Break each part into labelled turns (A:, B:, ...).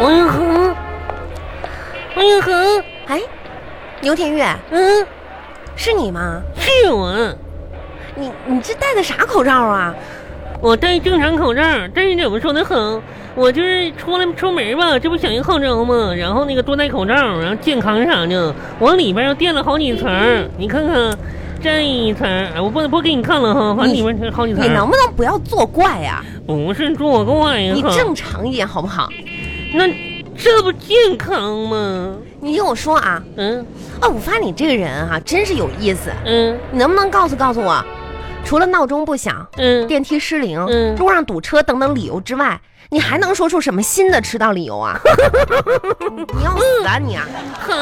A: 嗯
B: 运恒，
A: 哎，牛天玉，
B: 嗯，
A: 是你吗？
B: 是我，
A: 你你这戴的啥口罩啊？
B: 我戴正常口罩，但是怎么说的好，我就是出来出门吧，这不响应号召嘛，然后那个多戴口罩，然后健康啥的，往里边又垫了好几层，你看看，这一层，哎我不能不给你看了哈，反正里边好几层
A: 你，能不能不要作怪呀、
B: 不是做怪呀
A: 你，
B: 哈
A: 正常一点好不好？
B: 那这不健康吗？
A: 你听我说啊，
B: 嗯
A: 哦，我发现你这个人啊，真是有意思。
B: 嗯
A: 你能不能告诉告诉我，除了闹钟不响、
B: 嗯，
A: 电梯失灵、
B: 嗯
A: 路上堵车等等理由之外，你还能说出什么新的迟到理由啊？ 你你要死啊你啊！
B: 好，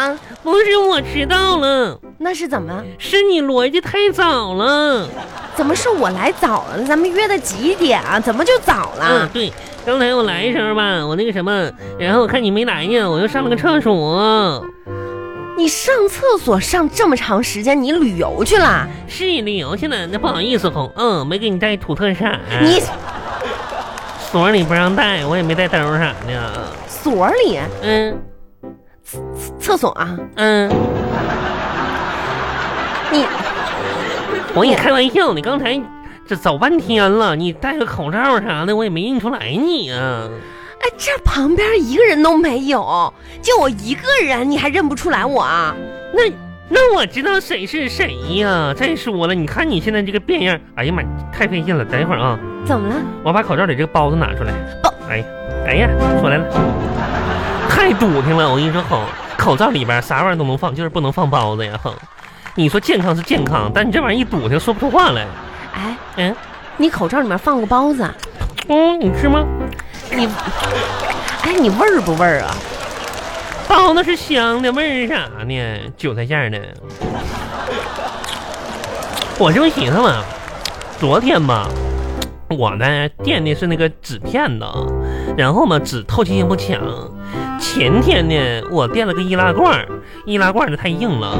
A: 啊，
B: 不是我迟到了。
A: 那是怎么？
B: 是你逻辑太早了。
A: 怎么是我来早了？咱们约的几点啊？怎么就早
B: 嗯
A: 了，？
B: 对，刚才我来的时候吧，我那个什么，然后我看你没来呢，我又上了个厕所。
A: 你上厕所上这么长时间，你旅游去了？
B: 是旅游去了，那不好意思红，嗯，没给你带土特产，
A: 你
B: 所里不让带，我也没带兜啥的。
A: 所里
B: 嗯
A: 厕所啊？
B: 嗯，
A: 你
B: 我跟你开玩笑，你刚才这走半天了，你戴个口罩啥的，我也没认出来你啊。
A: 哎，这旁边一个人都没有，就我一个人，你还认不出来我啊？
B: 那那我知道谁是谁呀、再说了，你看你现在这个变样，哎呀妈，太费劲了。等一会儿啊，
A: 怎么了？
B: 我把口罩里这个包子拿出来。
A: 包
B: 哎呀，哎呀，出来了，太堵挺了。我跟你说，吼，口罩里边啥玩意儿都能放，就是不能放包子呀。哼，你说健康是健康，但你这玩意儿一堵挺，说不出话来。
A: 哎，
B: 嗯
A: 你口罩里面放过包子，
B: 嗯，你吃吗？
A: 你，哎，你味儿不味儿啊？
B: 包子是香的，味儿是啥呢？韭菜馅儿的。 我这不寻思嘛，昨天吧，我呢垫的是那个纸片子，然后嘛纸透气性不强。前天呢，我垫了个易拉罐儿，易拉罐儿呢太硬了。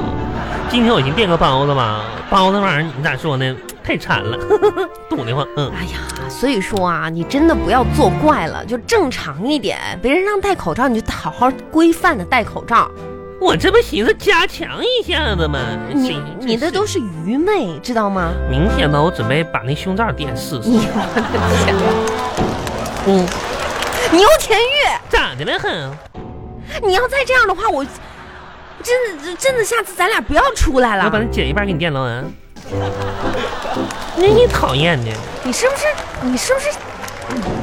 B: 今天我寻思垫个包子吧，包子玩意儿你咋说呢？太馋了， 堵得慌。嗯，
A: 哎呀，所以说啊，你真的不要作怪了，就正常一点。别人让戴口罩，你就好好规范的戴口罩。
B: 我这不寻思加强一下子嘛。
A: 你
B: 谁
A: 你的嗯都是愚昧，知道 吗？
B: 明天吧，我准备把那胸罩垫试试。
A: 你我的天呀，
B: 嗯，
A: 牛田玉，
B: 咋的了哼？
A: 你要再这样的话，我真的真的下次咱俩不要出来
B: 我把
A: 了。
B: 它剪一半给你垫了 啊！那你讨厌的，
A: 你是不是你是不是？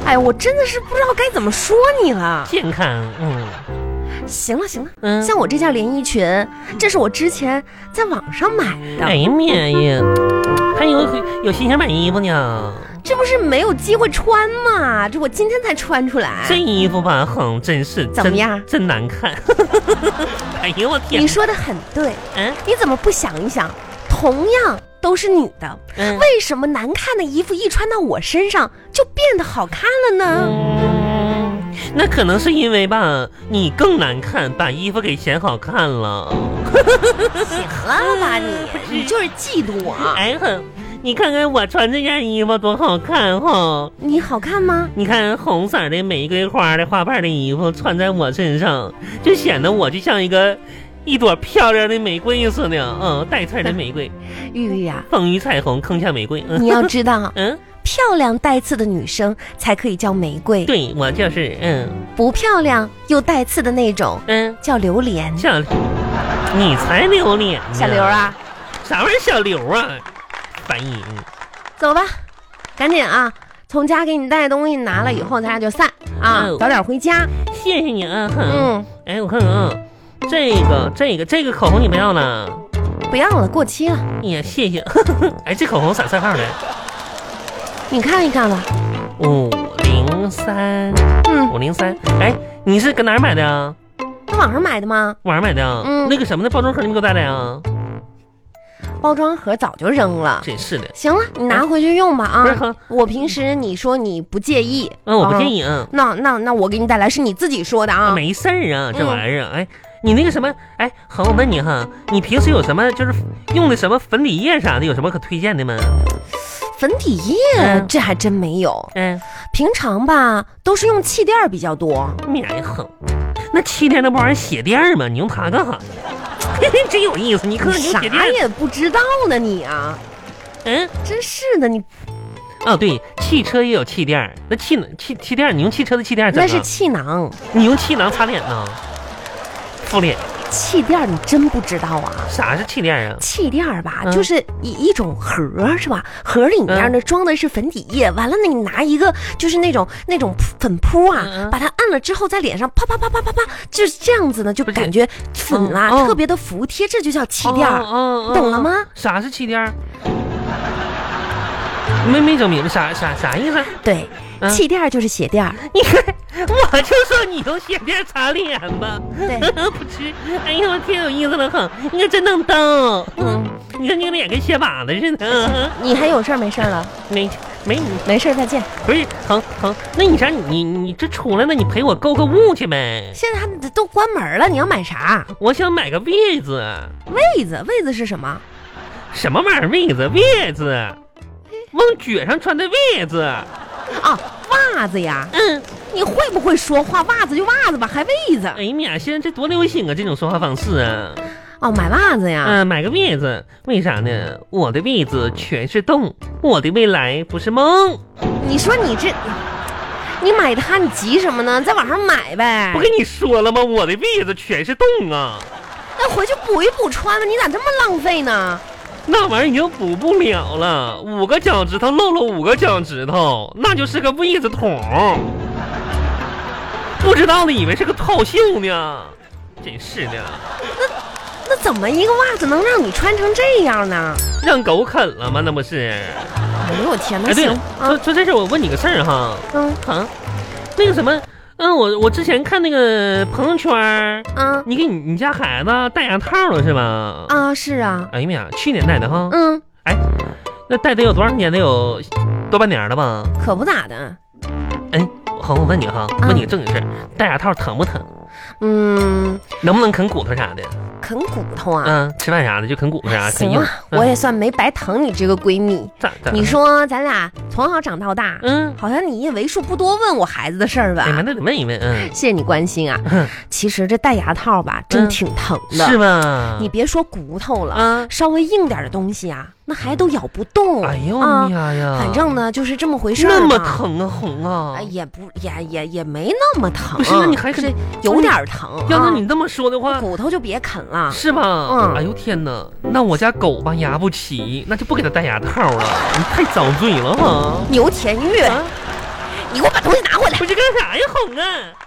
A: 哎呀，我真的是不知道该怎么说你了。
B: 健康，嗯
A: 行了行了，
B: 嗯。
A: 像我这件连衣裙，这是我之前在网上买
B: 哎
A: 的，
B: 呀妈呀，还有有心情买衣服呢。
A: 这不是没有机会穿吗？这我今天才穿出来
B: 这。衣服吧，哼，真是
A: 怎么样
B: 真？真难看。 哎呦我天
A: 你！说的很对，
B: 嗯
A: 你怎么不想一想？同样都是女的，
B: 嗯
A: 为什么难看的衣服一穿到我身上就变得好看了呢？
B: 嗯，那可能是因为吧，你更难看，把衣服给嫌好看了。
A: 行了吧 你，你就是嫉妒我。
B: 哎哼，你看看我穿这件衣服多好看哈、
A: 你好看吗？
B: 你看红色的玫瑰花的花瓣的衣服穿在我身上，就显得我就像一个一朵漂亮的玫瑰似的，嗯，带刺儿的玫瑰，
A: 玉玉呀、
B: 风雨彩虹，铿锵玫瑰。嗯，
A: 你要知道
B: 嗯，
A: 漂亮带刺的女生才可以叫玫瑰，
B: 对我就是，嗯
A: 不漂亮又带刺的那种
B: 嗯，
A: 叫榴莲。
B: 小，你才榴莲，
A: 小刘，啊，
B: 啥玩意儿小刘啊？翻译，嗯
A: 走吧，赶紧啊，从家给你带的东西拿了以后，咱俩就散啊
B: 哦，
A: 早点回家。
B: 谢谢你啊，哼，
A: 嗯，
B: 哎，我看看啊，这个这个这个口红你不要了。
A: 不要了，过期了，
B: 哎呀，谢谢！
A: 嗯
B: 哎，这口红啥色号的？
A: 你看一看吧。
B: 五零三。
A: 嗯，
B: 五零三。哎，你是搁哪儿买的啊？
A: 在网上买的吗？
B: 网上买的啊？
A: 嗯
B: 那个什么的包装盒你没给我带来啊？
A: 包装盒早就扔了。
B: 真是的，
A: 行了，你拿回去用吧
B: 不是
A: 啊
B: 很。
A: 我平时你说你不介意，
B: 嗯，我不介
A: 啊。
B: 意啊，
A: 那那那我给你带来是你自己说的啊。
B: 没事儿啊，这玩意儿，哎。你那个什么，哎，恒，我问你哈，你平时有什么就是用的什么粉底液啥的，有什么可推荐的吗？
A: 粉底液、
B: 嗯
A: 这还真没有，
B: 嗯，
A: 平常吧都是用气垫儿比较多。
B: 免恒，那七天那不玩意儿鞋垫儿吗？你用它干啥？嘿嘿， 真有意思，你看
A: 你
B: 用鞋垫
A: 啥
B: 儿，
A: 也不知道呢，你啊，
B: 嗯，
A: 真是的，你
B: 啊对，汽车也有气垫儿，那气气气垫儿，你用汽车的气垫儿哎怎
A: 那
B: 么？
A: 是气囊，
B: 你用气囊擦脸呢？敷脸，
A: 气垫儿你真不知道啊。
B: 啥是气垫啊？
A: 气垫儿吧，
B: 嗯
A: 就是一一种盒儿是吧？盒里面呢装的是粉底液，完了呢，你拿一个就是那种那种粉扑啊，
B: 嗯嗯
A: 把它按了之后，在脸上啪啪啪啪啪啪，就是这样子呢，就
B: 不是
A: 感觉粉啊、
B: 嗯嗯
A: 特别的服帖，这就叫气垫儿。
B: 哦
A: 你懂了吗？
B: 啥是气垫儿？没没整明白啥啥啥意思？
A: 对，
B: 嗯
A: 气垫儿就是鞋垫儿。
B: 你看，我就说你用鞋垫擦脸吧。
A: 对
B: 不吃。哎呦，我天，有意思了很，你可真能逗。
A: 嗯，
B: 你看你个脸跟鞋把子似的。
A: 你还有事儿没事儿了？
B: 没没，
A: 没事儿，再见。
B: 不是疼疼。那你啥？你你这出来了，你陪我购个物去呗。
A: 现在还都关门了，你要买啥？
B: 我想买个被子，
A: 被子，被子是什么？
B: 什么玩意儿被子？被子，往撅上穿的被子。
A: 啊，袜子呀。
B: 嗯。
A: 你会不会说话？袜子就袜子吧，还被子
B: 哎呀妈呀，现在这多流行啊，这种说话方式啊！
A: 哦，买袜子呀。
B: 啊，买个被子，为啥呢？我的被子全是洞，我的未来不是梦。
A: 你说你这，你买它你急什么呢？在网上买呗
B: 不。跟你说了吗？我的被子全是洞啊，
A: 那回去补一补穿吧。你咋这么浪费呢？
B: 那玩意儿已经补不了了，五个脚趾头露了五个脚趾头，那就是个被子桶。不知道的以为是个套袖呢，真是的，
A: 那怎么一个袜子能让你穿成这样呢？
B: 让狗啃了吗？那不是？
A: 哎呦我天，那
B: 哎，对
A: 行
B: 了，说说这事儿，我问你个事儿哈。
A: 嗯
B: 啊，那个什么，嗯，我我之前看那个朋友圈儿，
A: 啊
B: 你给你你家孩子戴牙套了是吧？
A: 啊是啊，
B: 哎呀妈呀，去年戴的哈，
A: 嗯，
B: 那戴得有多少年？得有多半年了吧？
A: 可不咋的。
B: 恒，我问你哈，
A: 嗯
B: 问你个正经事儿，戴牙套疼不疼？
A: 嗯，
B: 能不能啃骨头啥的？
A: 啃骨头啊。
B: 嗯，吃饭啥的就啃骨头啥，啃
A: 行
B: 硬
A: 啊。，
B: 嗯
A: 我也算没白疼你这个闺蜜。
B: 咋咋？
A: 你说咱俩从小长到大，
B: 嗯，
A: 好像你也为数不多问我孩子的事儿吧
B: 哎？妈，那得问一问，嗯，
A: 谢谢你关心啊
B: 嗯。
A: 其实这戴牙套吧，真
B: 嗯
A: 挺疼 的。
B: 是吧？
A: 你别说骨头了，
B: 啊，
A: 稍微硬点的东西啊，那还都咬不动。
B: 哎呦
A: 啊，
B: 妈呀，
A: 反正呢就是这么回事儿。
B: 那么。疼啊，红啊
A: 哎，，也不也也也没那么疼，
B: 不是那你还
A: 是有点疼。
B: 要
A: 啊
B: 是你这么说的话，
A: 骨头就别啃了，
B: 是吧？
A: 嗯
B: 哎呦天哪，那我家狗吧牙不齐，那就不给它戴牙套了。你太遭罪了哈！
A: 牛田玉，
B: 啊，
A: 你给我把东西拿回来。
B: 不是干啥呀，哄啊！